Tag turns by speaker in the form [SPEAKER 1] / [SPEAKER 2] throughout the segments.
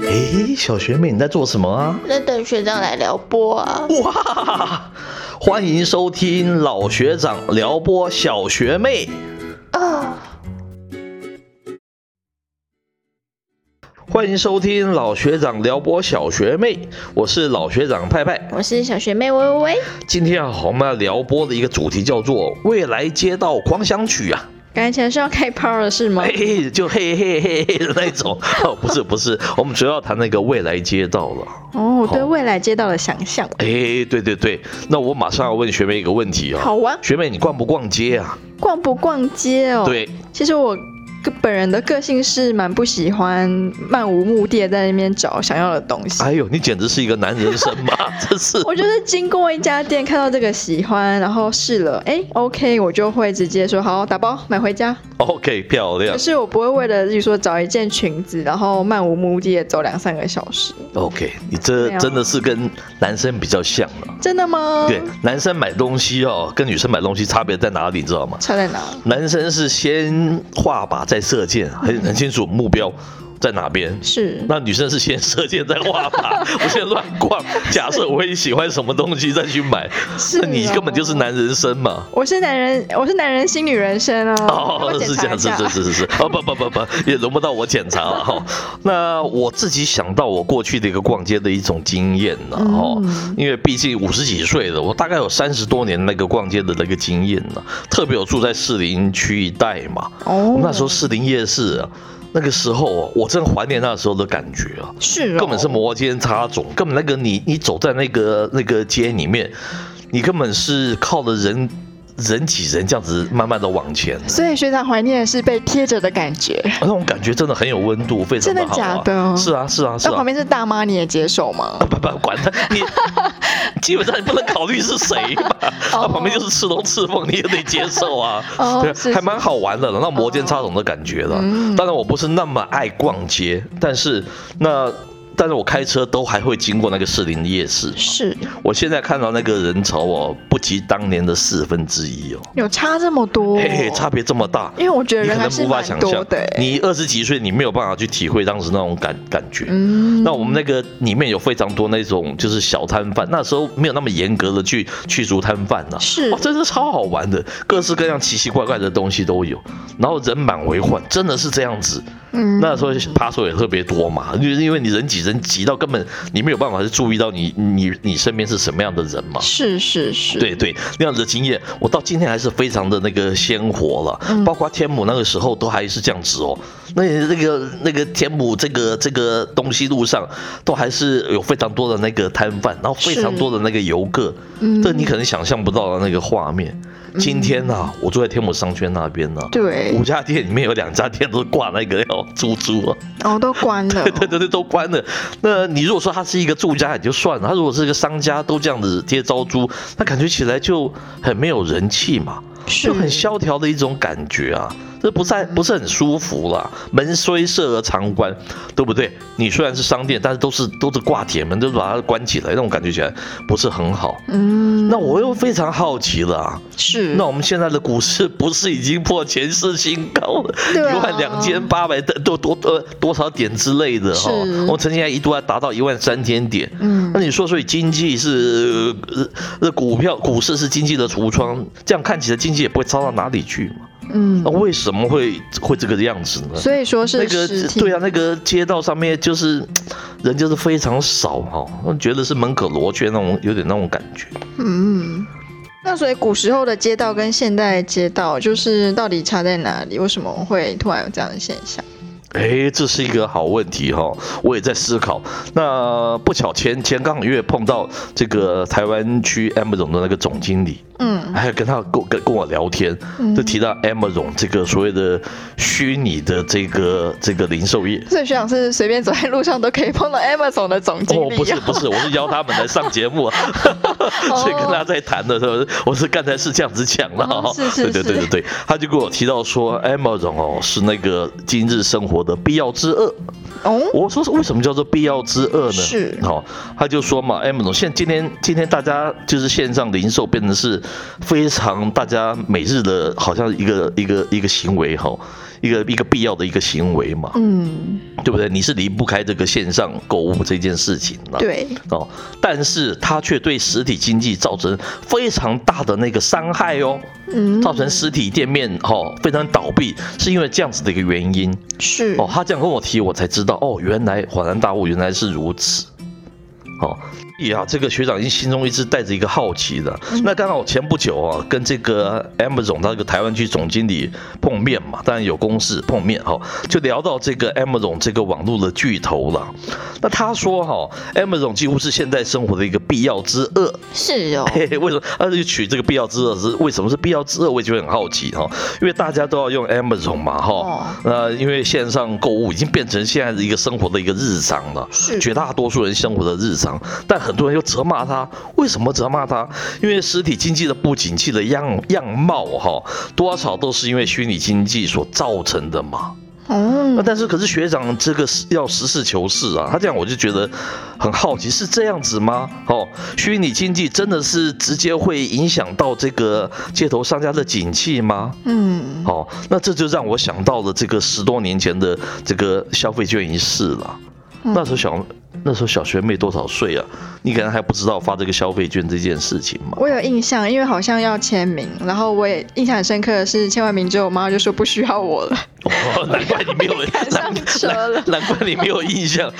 [SPEAKER 1] 诶，小学妹你在做什么啊？
[SPEAKER 2] 我在等学长来撩拨啊。
[SPEAKER 1] 哇，欢迎收听老学长撩拨小学妹。
[SPEAKER 2] 啊，
[SPEAKER 1] 欢迎收听老学长撩拨小学妹，我是老学长派派。
[SPEAKER 2] 我是小学妹微微，
[SPEAKER 1] 今天啊，我们要撩拨的一个主题叫做《未来街道狂想曲》啊，
[SPEAKER 2] 感觉是要开炮了是吗？
[SPEAKER 1] 嘿嘿，就嘿嘿嘿嘿的那种。 哦，不是不是，我们主要谈那个未来街道了。
[SPEAKER 2] 哦，对
[SPEAKER 1] 好
[SPEAKER 2] 未来街道的想象，
[SPEAKER 1] 哎，对对对，那我马上要问学妹一个问题啊、
[SPEAKER 2] 好玩。
[SPEAKER 1] 学妹你逛不逛街啊？
[SPEAKER 2] 逛不逛街哦？，
[SPEAKER 1] 对，
[SPEAKER 2] 其实我个本人的个性是蛮不喜欢漫无目的地在那边找想要的东西。
[SPEAKER 1] 哎呦，你简直是一个男人生 嘛，真是。
[SPEAKER 2] 我就是经过一家店，看到这个喜欢，然后试了，哎，OK，我就会直接说好打包买回家。
[SPEAKER 1] OK，漂亮
[SPEAKER 2] 可。是我不会为了，例如说找一件裙子，然后漫无目的的走两三个小时。
[SPEAKER 1] OK，你这
[SPEAKER 2] 没有
[SPEAKER 1] 真的是跟男生比较像了。
[SPEAKER 2] 真的吗？
[SPEAKER 1] 对，男生买东西哦，跟女生买东西差别在哪里，你知道吗？
[SPEAKER 2] 差在哪？
[SPEAKER 1] 男生是先画靶再射箭，啊很很清楚目标在哪边。
[SPEAKER 2] 嗯是
[SPEAKER 1] 那女生是先射箭再画靶， 我现在乱逛，假设我也喜欢什么东西再去买，
[SPEAKER 2] 是
[SPEAKER 1] 那你
[SPEAKER 2] 哦
[SPEAKER 1] 根本就是男人生嘛。
[SPEAKER 2] 我是男人，我是男人心，女人身哦。 要不
[SPEAKER 1] 哦
[SPEAKER 2] 要，检
[SPEAKER 1] 是这
[SPEAKER 2] 查
[SPEAKER 1] 样，
[SPEAKER 2] 一
[SPEAKER 1] 是
[SPEAKER 2] 下
[SPEAKER 1] 是是是是，哦不不不不，也轮不到我检查了哈。 那我自己想到我过去的一个逛街的一种经验呢，哦，
[SPEAKER 2] 嗯
[SPEAKER 1] 因为毕竟五十几岁了，我大概有三十多年那个逛街的那个经验呢，特别有住在士林区一带嘛，
[SPEAKER 2] 哦，
[SPEAKER 1] 那时候士林夜市啊，那个时候啊，我真怀念那时候的感觉啊，
[SPEAKER 2] 是、哦、
[SPEAKER 1] 根本是摩肩擦踵，根本那个你你走在那个那个街里面，你根本是靠着人人挤人这样子慢慢的往前。
[SPEAKER 2] 所以学长怀念的是被贴着的感觉。
[SPEAKER 1] 哦那种感觉真的很有温度，非常
[SPEAKER 2] 真的
[SPEAKER 1] 的好、啊。
[SPEAKER 2] 假的
[SPEAKER 1] 是啊，是啊，是
[SPEAKER 2] 那
[SPEAKER 1] 啊。
[SPEAKER 2] 旁边是大妈，你也接受吗？
[SPEAKER 1] 不不，管他， 你基本上你不能考虑是谁吧？那
[SPEAKER 2] 哦
[SPEAKER 1] 旁边就是赤龙赤凤，你也得接受啊。
[SPEAKER 2] 哦
[SPEAKER 1] 对，
[SPEAKER 2] 是
[SPEAKER 1] 还蛮好玩的，那摩肩擦踵的感觉了。
[SPEAKER 2] 嗯
[SPEAKER 1] 当然我不是那么爱逛街，但是那。但是我开车都还会经过那个士林夜市，
[SPEAKER 2] 是
[SPEAKER 1] 我现在看到那个人潮哦，不及当年的四分之一哦，
[SPEAKER 2] 有差这么多、
[SPEAKER 1] 嘿嘿，差别这么大。
[SPEAKER 2] 因为我觉得
[SPEAKER 1] 你可
[SPEAKER 2] 人还
[SPEAKER 1] 能
[SPEAKER 2] 是
[SPEAKER 1] 无法
[SPEAKER 2] 蛮
[SPEAKER 1] 想
[SPEAKER 2] 多
[SPEAKER 1] 象
[SPEAKER 2] 的、，欸
[SPEAKER 1] 你二十几岁，你没有办法去体会当时那种感感觉。
[SPEAKER 2] 嗯，
[SPEAKER 1] 那我们那个里面有非常多那种就是小摊贩，那时候没有那么严格的去去除摊贩呐、
[SPEAKER 2] 是
[SPEAKER 1] 哇，真是超好玩的，各式各样奇奇怪怪的东西都有，然后人满为患，真的是这样子。
[SPEAKER 2] 嗯
[SPEAKER 1] 那时候扒手也特别多嘛，就是因为你人挤人挤到根本你没有办法去注意到你你你身边是什么样的人嘛。
[SPEAKER 2] 是是是，
[SPEAKER 1] 对对，那样子的经验，我到今天还是非常的那个鲜活了。
[SPEAKER 2] 嗯
[SPEAKER 1] 包括天母那个时候都还是这样子哦，那那个那个天母这个这个东西路上都还是有非常多的那个摊贩，然后非常
[SPEAKER 2] 是
[SPEAKER 1] 多的那个游客，
[SPEAKER 2] 嗯
[SPEAKER 1] 这你可能想象不到的那个画面。今天呢、我住在天母商圈那边呢、
[SPEAKER 2] 嗯对
[SPEAKER 1] 五，家店里面有两家店都挂那个要猪猪啊，，
[SPEAKER 2] 哦都关了
[SPEAKER 1] 对对对，都关了。那你如果说他是一个住家也就算了，他如果是一个商家都这样子贴招租，那感觉起来就很没有人气嘛，
[SPEAKER 2] 是
[SPEAKER 1] 就很萧条的一种感觉啊，这不在不是很舒服啦。门虽设而常关，对不对？你虽然是商店，但是都是都是挂铁门，都是把它关起来，那种感觉起来不是很好。
[SPEAKER 2] 嗯，
[SPEAKER 1] 那我又非常好奇了、啊，
[SPEAKER 2] 是
[SPEAKER 1] 那我们现在的股市不是已经破前世新高了？
[SPEAKER 2] 对啊
[SPEAKER 1] 一万两千八百多多多多少点之类的哈、
[SPEAKER 2] 是
[SPEAKER 1] 我们曾经还一度还达到一万三千点。
[SPEAKER 2] 嗯
[SPEAKER 1] 那你说，所以经济是呃呃股票股市是经济的橱窗，这样看起来经济也不会差到哪里去嘛？
[SPEAKER 2] 嗯
[SPEAKER 1] 那，为什么会会这个样子呢？
[SPEAKER 2] 所以说
[SPEAKER 1] 那
[SPEAKER 2] 是
[SPEAKER 1] 个
[SPEAKER 2] 实体，
[SPEAKER 1] 对啊，那个街道上面就是人就是非常少哈、我觉得是门可罗雀那种，有点那种感觉。
[SPEAKER 2] 嗯。那所以古时候的街道跟现代街道，就是到底差在哪里？为什么会突然有这样的现象？
[SPEAKER 1] 哎，这是一个好问题哈、我也在思考。那不巧前前刚好月碰到这个台湾区 Amazon 的那个总经理，
[SPEAKER 2] 嗯，
[SPEAKER 1] 还跟他跟跟跟我聊天，就提到 Amazon 这个所谓的虚拟的这个这个零售业。
[SPEAKER 2] 所以学长是随便走在路上都可以碰到 Amazon 的总经
[SPEAKER 1] 哦，
[SPEAKER 2] 理、啊
[SPEAKER 1] 不是不是，我是邀他们来上节目， 所以跟他在谈的时候，我是刚才是这样子讲的、
[SPEAKER 2] 哦是是
[SPEAKER 1] 对对对
[SPEAKER 2] 是
[SPEAKER 1] 对对，他就跟我提到说，Amazon 哦是那个今日生活的必要之恶。
[SPEAKER 2] 哦，
[SPEAKER 1] 我说是为什么叫做必要之恶呢？
[SPEAKER 2] 是
[SPEAKER 1] 好、他就说嘛，M 总，现今天今天大家就是线上零售变成是非常大家每日的好像一个一个一个行为哈、一个一个必要的一个行为嘛，
[SPEAKER 2] 嗯，
[SPEAKER 1] 对不对？你是离不开这个线上购物这件事情了。
[SPEAKER 2] 对，
[SPEAKER 1] 哦，但是它却对实体经济造成非常大的那个伤害哦，
[SPEAKER 2] 嗯，
[SPEAKER 1] 造成实体店面哦非常倒闭，是因为这样子的一个原因
[SPEAKER 2] 是
[SPEAKER 1] 哦。他这样跟我提，我才知道哦，原来恍然大悟，原来是如此。哦，呀，这个学长已经心中一直带着一个好奇的。那刚好前不久啊，跟这个 Amazon 他这个台湾区总经理碰面嘛，当然有公事碰面哈、哦，就聊到这个 Amazon 这个网络的巨头了。那他说哈、a m a z o n 几乎是现代生活的一个必要之恶。
[SPEAKER 2] 是哦，
[SPEAKER 1] 嘿嘿，为什么他就取这个必要之恶是为什么是必要之恶？我也觉得很好奇哈、因为大家都要用 Amazon 嘛
[SPEAKER 2] 哦
[SPEAKER 1] 哈，那、因为线上购物已经变成现在的一个生活的一个日常了。
[SPEAKER 2] 是
[SPEAKER 1] 绝大多数人生活的日常，但很多人又责骂他，为什么责骂他？因为实体经济的不景气的样样貌哈、多少都是因为虚拟经济所造成的嘛。那
[SPEAKER 2] 哦，
[SPEAKER 1] 但是可是学长这个是要实事求是啊，他这样我就觉得很好奇，是这样子吗？哦，虚拟经济真的是直接会影响到这个街头商家的景气吗？
[SPEAKER 2] 嗯，
[SPEAKER 1] 哦，那这就让我想到了这个十多年前的这个消费券一事了。
[SPEAKER 2] 嗯
[SPEAKER 1] 那时候小那时候小学妹多少岁啊？你可能还不知道发这个消费券这件事情嘛？
[SPEAKER 2] 我有印象，因为好像要签名，然后我也印象很深刻的是签完名之后，我妈就说不需要我了，
[SPEAKER 1] 哦，难怪你没 有
[SPEAKER 2] 赶上车了
[SPEAKER 1] 难难怪你没有印象，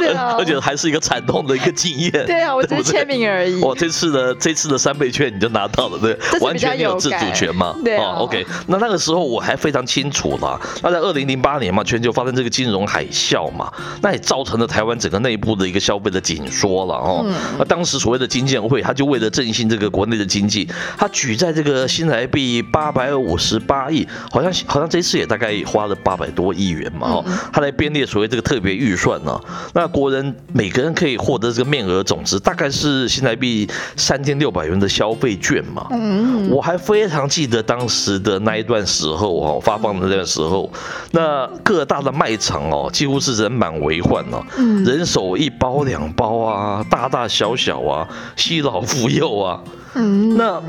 [SPEAKER 2] 对 啊
[SPEAKER 1] 而且还是一个惨痛的一个经验。
[SPEAKER 2] 对啊，我只
[SPEAKER 1] 对
[SPEAKER 2] 是
[SPEAKER 1] 不对
[SPEAKER 2] 签名而已，
[SPEAKER 1] 哇，这次的这次的三倍券你就拿到了，对
[SPEAKER 2] 这，次
[SPEAKER 1] 完
[SPEAKER 2] 比较
[SPEAKER 1] 全没有
[SPEAKER 2] 有
[SPEAKER 1] 自主
[SPEAKER 2] 感
[SPEAKER 1] 权嘛。
[SPEAKER 2] 对啊
[SPEAKER 1] 哦，OK，那那个时候我还非常清楚啦。那在二零零八年嘛，全球发生这个金融海啸嘛，那也造成了台湾整个内部的一个消费的紧缩了哦。
[SPEAKER 2] 嗯
[SPEAKER 1] 那当时所谓的金建会，他就为了振兴这个国内的经济，他举债这个新台币八百五十八亿，好像好像这次也大概花了八百多亿元嘛
[SPEAKER 2] 嗯
[SPEAKER 1] 哦，他来编列所谓这个特别预算呢、那国人每个人可以获得这个面额总值大概是新台币三千六百元的消费券嘛。
[SPEAKER 2] 嗯，
[SPEAKER 1] 我还非常记得当时的那一段时候哦，发放的那段时候，那各大的卖场哦，几乎是人满为患哦，
[SPEAKER 2] 嗯
[SPEAKER 1] 人手一包两包啊，大大小小啊，西老妇幼啊，
[SPEAKER 2] 嗯，
[SPEAKER 1] 那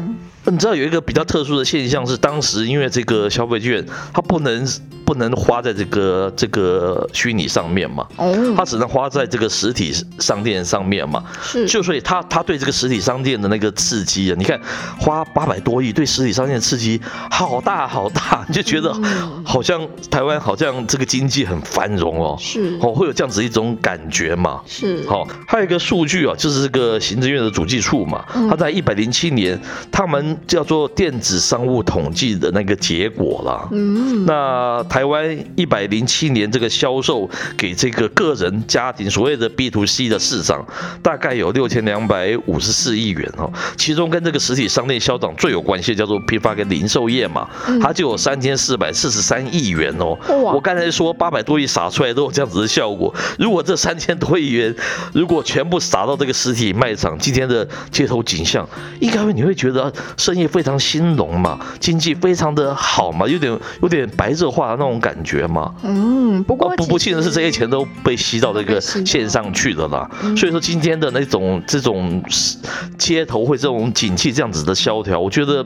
[SPEAKER 1] 你知道有一个比较特殊的现象是，当时因为这个消费券，它不能不能花在这个这个虚拟上面嘛，它
[SPEAKER 2] 哦，
[SPEAKER 1] 只能花在这个实体商店上面嘛。
[SPEAKER 2] 是
[SPEAKER 1] 就所以他他对这个实体商店的那个刺激啊，你看花八百多亿对实体商店的刺激好大好大， 你就觉得
[SPEAKER 2] 嗯
[SPEAKER 1] 好像台湾好像这个经济很繁荣哦，
[SPEAKER 2] 是
[SPEAKER 1] 哦会有这样子一种感觉嘛。
[SPEAKER 2] 是，
[SPEAKER 1] 好、还有一个数据啊，就是这个行政院的主计处嘛，
[SPEAKER 2] 嗯
[SPEAKER 1] 它在一百零七年，他们叫做电子商务统计的那个结果啦。
[SPEAKER 2] 嗯，
[SPEAKER 1] 那台湾一百零七年这个销售给这个个人家庭所谓的 B to C 的市场，大概有六千两百五十四亿元哦，其中跟这个实体商店销涨最有关系，的叫做批发跟零售业嘛，它就有三千四百四十三亿元哦。
[SPEAKER 2] 哇
[SPEAKER 1] 我刚才说八百多亿撒出来都有这样子的效果，如果这三千多亿元如果全部撒到这个实体卖场，今天的街头景象，应该会你会觉得啊生意非常兴隆嘛，经济非常的好嘛，有点有点白热化的那种感觉嘛。
[SPEAKER 2] 嗯，不
[SPEAKER 1] 哦
[SPEAKER 2] 过，
[SPEAKER 1] 不不幸的是，这些钱都被吸到这
[SPEAKER 2] 都
[SPEAKER 1] 个
[SPEAKER 2] 被吸到
[SPEAKER 1] 线上去了啦。
[SPEAKER 2] 嗯
[SPEAKER 1] 所以说，今天的那种这种街头会这种景气这样子的萧条，我觉得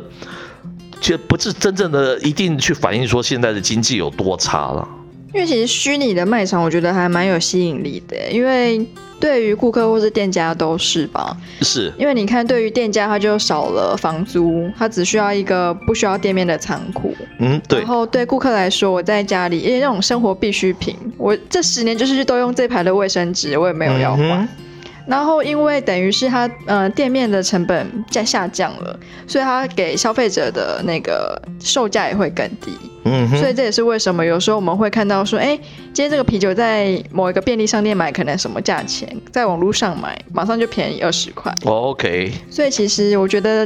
[SPEAKER 1] 其实不是真正的一定去反映说现在的经济有多差了。
[SPEAKER 2] 因为其实虚拟的卖场，我觉得还蛮有吸引力的，欸因为对于顾客或是店家都是吧。
[SPEAKER 1] 是，
[SPEAKER 2] 因为你看，对于店家他就少了房租，他只需要一个不需要店面的仓库。
[SPEAKER 1] 嗯，对
[SPEAKER 2] 然，后对顾客来说，我在家里，因为那种生活必需品，我这十年就是都用这排的卫生纸，我也没有要换。
[SPEAKER 1] 嗯哼
[SPEAKER 2] 然后因为等于是它呃店面的成本在下降了，所以它给消费者的那个售价也会更低。
[SPEAKER 1] 嗯
[SPEAKER 2] 所
[SPEAKER 1] 哼，
[SPEAKER 2] 以这也是为什么有时候我们会看到说，哎，今天这个啤酒在某一个便利商店买可能什么价钱，在网络上买马上就便宜二十块。
[SPEAKER 1] OK，
[SPEAKER 2] 所以其实我觉得。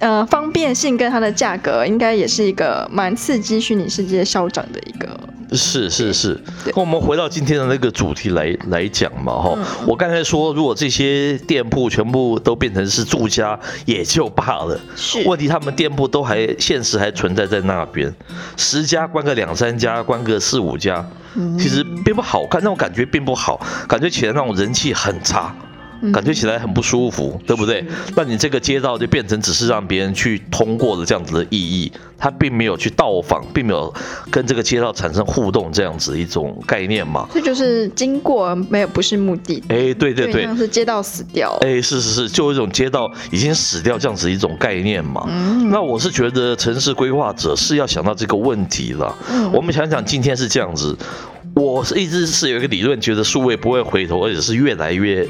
[SPEAKER 2] 呃，方便性跟它的价格应该也是一个蛮刺激虚拟世界消长的一个，
[SPEAKER 1] 是是是
[SPEAKER 2] 对。嗯
[SPEAKER 1] 那我们回到今天的那个主题来来讲嘛，哈、我刚才说，如果这些店铺全部都变成是住家也就罢了，
[SPEAKER 2] 是
[SPEAKER 1] 问题他们店铺都还现实还存在在那边，十家关个两三家，关个四五
[SPEAKER 2] 嗯
[SPEAKER 1] 家，其实并不好看，那种感觉并不好，感觉起来那种人气很差。
[SPEAKER 2] 嗯
[SPEAKER 1] 感觉起来很不舒服，对不对？那你这个街道就变成只是让别人去通过的这样子的意义，它并没有去到访，并没有跟这个街道产生互动这样子一种概念嘛。
[SPEAKER 2] 这就是经过，没有不是目的地。
[SPEAKER 1] 哎，对对
[SPEAKER 2] 就
[SPEAKER 1] 对
[SPEAKER 2] 像，是街道死掉。
[SPEAKER 1] 哎，是是是，就有一种街道已经死掉这样子一种概念嘛。
[SPEAKER 2] 嗯
[SPEAKER 1] 那我是觉得城市规划者是要想到这个问题了。
[SPEAKER 2] 嗯
[SPEAKER 1] 我们想想，今天是这样子，我是一直是有一个理论，觉得数位不会回头，而且是越来越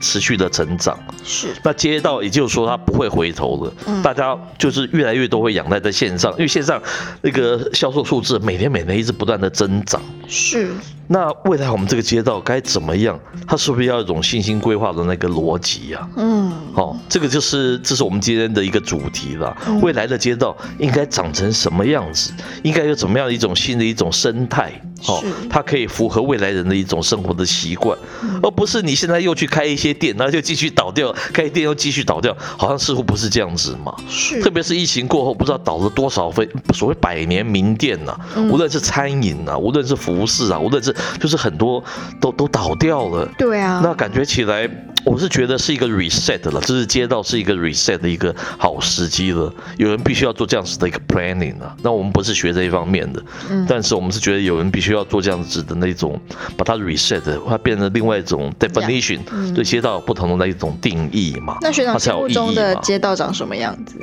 [SPEAKER 1] 持续的成长。
[SPEAKER 2] 是
[SPEAKER 1] 那街道也就是说它不会回头了，
[SPEAKER 2] 嗯
[SPEAKER 1] 大家就是越来越多会仰赖在线上，因为线上那个销售数字每天每年一直不断的增长。
[SPEAKER 2] 是，
[SPEAKER 1] 那未来我们这个街道该怎么样？它是不是要有一种信心规划的那个逻辑呀、
[SPEAKER 2] 嗯
[SPEAKER 1] 哦，这个就是这是我们今天的一个主题了
[SPEAKER 2] 嗯。
[SPEAKER 1] 未来的街道应该长成什么样子？应该有怎么样一种新的一种生态？哦
[SPEAKER 2] 是，嗯
[SPEAKER 1] 它可以符合未来人的一种生活的习惯，而不是你现在又去开一些店，然后就继续倒掉，开店又继续倒掉，好像似乎不是这样子嘛。
[SPEAKER 2] 是，
[SPEAKER 1] 特别是疫情过后，不知道倒了多少非所谓百年名店呐、
[SPEAKER 2] 嗯
[SPEAKER 1] 无论是餐饮啊，无论是服饰啊，无论是就是很多都都倒掉了。
[SPEAKER 2] 对啊。
[SPEAKER 1] 那感觉起来，我是觉得是一个 reset 了，就是街道是一个 reset 的一个好时机了。有人必须要做这样子的一个 planning 啊。那我们不是学这一方面的，
[SPEAKER 2] 嗯
[SPEAKER 1] 但是我们是觉得有人必须要做这样子的那种，把它 reset，它变成另外一种 definition，、
[SPEAKER 2] 嗯
[SPEAKER 1] 对街道有不同的那一种定义嘛。
[SPEAKER 2] 那学长
[SPEAKER 1] 它才
[SPEAKER 2] 心
[SPEAKER 1] 有
[SPEAKER 2] 目
[SPEAKER 1] 意
[SPEAKER 2] 中
[SPEAKER 1] 义
[SPEAKER 2] 的
[SPEAKER 1] 嘛。
[SPEAKER 2] 街道长什么样子？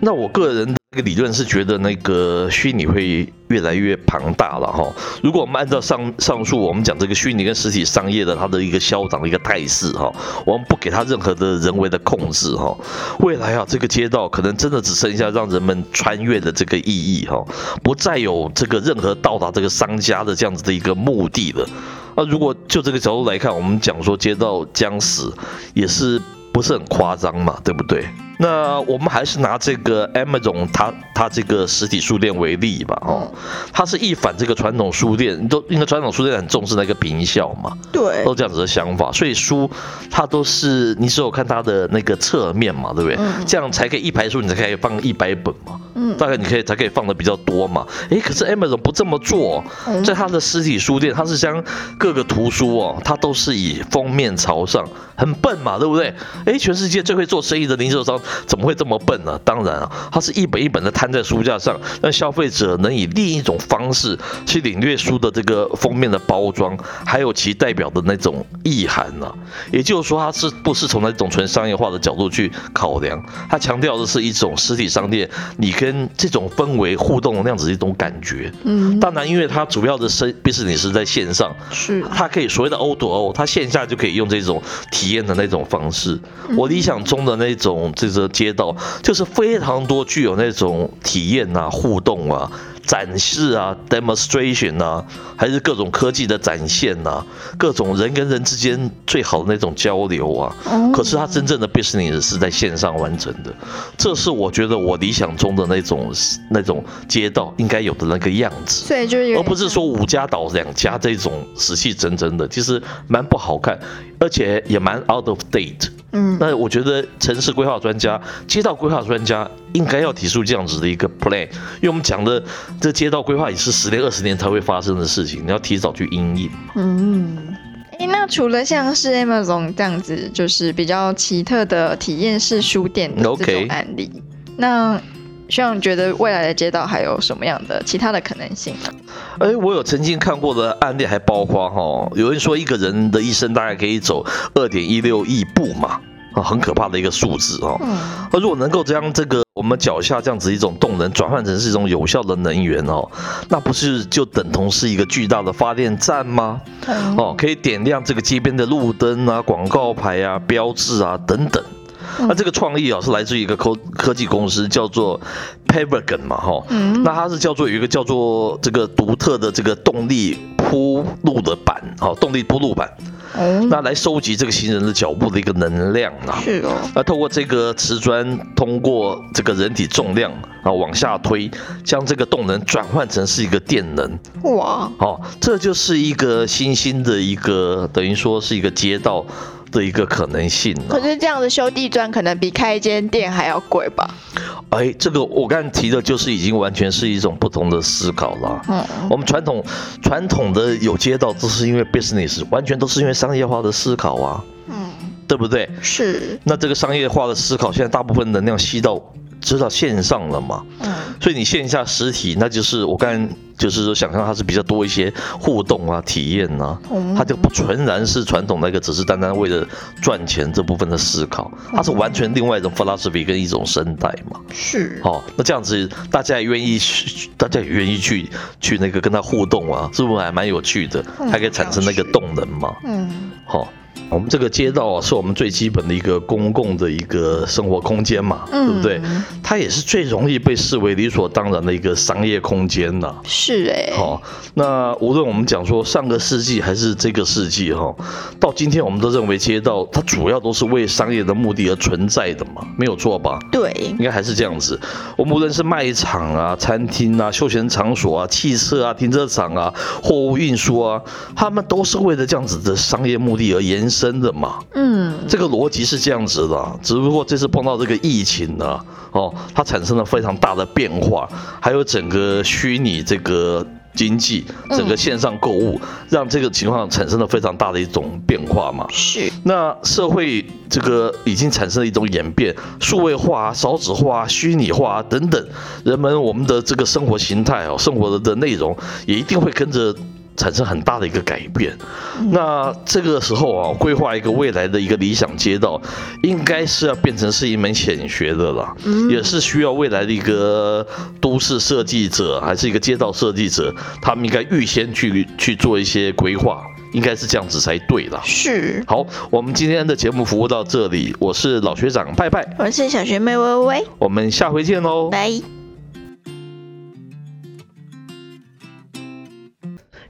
[SPEAKER 1] 那我个人的一个理论是觉得那个虚拟会越来越庞大了哈。如果我们按照上上述我们讲这个虚拟跟实体商业的它的一个消长的一个态势哈，我们不给它任何的人为的控制哈，未来啊这个街道可能真的只剩下让人们穿越的这个意义哈，不再有这个任何到达这个商家的这样子的一个目的了。那如果就这个角度来看，我们讲说街道将死，也是不是很夸张嘛，对不对？那我们还是拿这个 Amazon 它它这个实体书店为例吧，哦，它是一反这个传统书店，你都因为传统书店很重视那个平效嘛，
[SPEAKER 2] 对
[SPEAKER 1] 都这样子的想法，所以书它都是你只有看它的那个侧面嘛，对不对？
[SPEAKER 2] 嗯
[SPEAKER 1] 这样才可以一排书，你才可以放一百本嘛，
[SPEAKER 2] 嗯
[SPEAKER 1] 大概你可以才可以放的比较多嘛。诶，可是 Amazon 不这么做哦、
[SPEAKER 2] 嗯
[SPEAKER 1] 在它的实体书店，它是将各个图书哦，它都是以封面朝上，很笨嘛，对不对？诶，全世界最会做生意的零售商怎么会这么笨呢、当然啊，它是一本一本的摊在书架上，让消费者能以另一种方式去领略书的这个封面的包装，还有其代表的那种意涵呢、也就是说，它是不是从那种纯商业化的角度去考量？它强调的是一种实体商店，你跟这种氛围互动的那样子一种感觉。
[SPEAKER 2] 嗯
[SPEAKER 1] 当然，因为它主要的生 business 是在线上，
[SPEAKER 2] 是
[SPEAKER 1] 它可以所谓的 O to O，它线下就可以用这种体验的那种方式。我理想中的那种这个街道，就是非常多具有那种体验啊、互动啊、展示啊、demonstration 啊，还是各种科技的展现啊，各种人跟人之间最好的那种交流啊。
[SPEAKER 2] 哦
[SPEAKER 1] 可是它真正的 business 是在线上完成的，这是我觉得我理想中的那种那种街道应该有的那个样子。
[SPEAKER 2] 所以就是有
[SPEAKER 1] 而
[SPEAKER 2] 点
[SPEAKER 1] 不是
[SPEAKER 2] 像
[SPEAKER 1] 说五家倒两家这种死气沉沉的，其实蛮不好看，而且也蛮 out of date。
[SPEAKER 2] 嗯
[SPEAKER 1] 那我觉得城市规划专家、街道规划专家应该要提出这样子的一个 plan，因为我们讲的这街道规划也是十年、二十年才会发生的事情，你要提早去应应。
[SPEAKER 2] 嗯。诶那除了像是 Amazon 这样子，就是比较奇特的体验式书店的这
[SPEAKER 1] OK
[SPEAKER 2] 种案例那学长觉得未来的街道还有什么样的其他的可能性呢？
[SPEAKER 1] 哎，我有曾经看过的案例，还包括哈、有人说一个人的一生大概可以走二点一六亿步嘛，啊，很可怕的一个数字哦。
[SPEAKER 2] 嗯
[SPEAKER 1] 而如果能够将这个我们脚下这样子一种动能转换成是一种有效的能源哦，那不是就等同是一个巨大的发电站吗？
[SPEAKER 2] 嗯
[SPEAKER 1] 哦，可以点亮这个街边的路灯啊、广告牌啊、标志啊等等。那这个创意啊是来自于一个科科技公司，叫做 Pavagon 嘛，哈、
[SPEAKER 2] 嗯
[SPEAKER 1] 那它是叫做有一个叫做这个独特的这个动力铺路的板，哦，动力铺路板，
[SPEAKER 2] 哦
[SPEAKER 1] 那来收集这个行人的脚步的一个能量啊。
[SPEAKER 2] 是哦
[SPEAKER 1] 那透过这个瓷砖，通过这个人体重量啊往下推，将这个动能转换成是一个电能
[SPEAKER 2] 哇
[SPEAKER 1] 哦，这就是一个新兴的一个等于说是一个街道的一个可能性啊
[SPEAKER 3] 可是这样子修地砖可能比开一间店还要贵吧？
[SPEAKER 1] 哎，这个我刚才提的就是已经完全是一种不同的思考了。
[SPEAKER 2] 嗯
[SPEAKER 1] 我们传统传统的有街道，都是因为 business，完全都是因为商业化的思考啊。对不对？
[SPEAKER 3] 嗯是，
[SPEAKER 1] 那这个商业化的思考，现在大部分能量吸到知道线上了嘛？
[SPEAKER 3] 嗯，
[SPEAKER 1] 所以你线下实体，那就是我刚才就是说想象它是比较多一些互动啊、体验啊，
[SPEAKER 2] 嗯
[SPEAKER 3] 嗯
[SPEAKER 1] 它就不纯然是传统那个只是单单为了赚钱这部分的思考，它是完全另外一种 philosophy 跟一种生态嘛。
[SPEAKER 3] 是，
[SPEAKER 1] 哦，那这样子大家也愿意去，大家也愿意去去那个跟他互动啊，是不是还蛮有趣的？
[SPEAKER 3] 嗯
[SPEAKER 1] 还可以产生那个
[SPEAKER 3] 好像是
[SPEAKER 1] 动能嘛。
[SPEAKER 3] 嗯，
[SPEAKER 1] 好、我们这个街道啊，是我们最基本的一个公共的一个生活空间嘛，
[SPEAKER 3] 嗯
[SPEAKER 1] 对不对？它也是最容易被视为理所当然的一个商业空间呐、
[SPEAKER 3] 是哎、
[SPEAKER 1] 好、那无论我们讲说上个世纪还是这个世纪哈、到今天我们都认为街道它主要都是为商业的目的而存在的嘛，没有错吧？
[SPEAKER 3] 对，
[SPEAKER 1] 应该还是这样子。我们无论是卖场啊、餐厅啊、休闲场所啊、汽车啊、停车场啊、货物运输啊，他们都是为了这样子的商业目的而延伸的嘛。
[SPEAKER 3] 嗯，
[SPEAKER 1] 这个逻辑是这样子的啊、只不过这次碰到这个疫情呢、哦，它产生了非常大的变化，还有整个虚拟这个。经济整个线上购物，让这个情况产生了非常大的一种变化嘛。
[SPEAKER 3] 是，
[SPEAKER 1] 那社会这个已经产生了一种演变，数位化、少子化、虚拟化等等，人们我们的这个生活形态哦，生活的内容也一定会跟着。产生很大的一个改变，那这个时候啊，规划一个未来的一个理想街道，应该是要变成是一门显学的啦，也是需要未来的一个都市设计者还是一个街道设计者，他们应该预先去去做一些规划，应该是这样子才对啦。
[SPEAKER 3] 是，
[SPEAKER 1] 好，我们今天的节目服务到这里，我是老学长拜拜，
[SPEAKER 3] 我是小学妹微微，
[SPEAKER 1] 我们下回见哦喽。
[SPEAKER 3] 拜。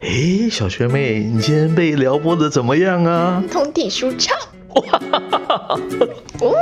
[SPEAKER 1] 诶，小学妹，你今天被撩拨的怎么样啊？
[SPEAKER 3] 通体舒畅。哇！哦。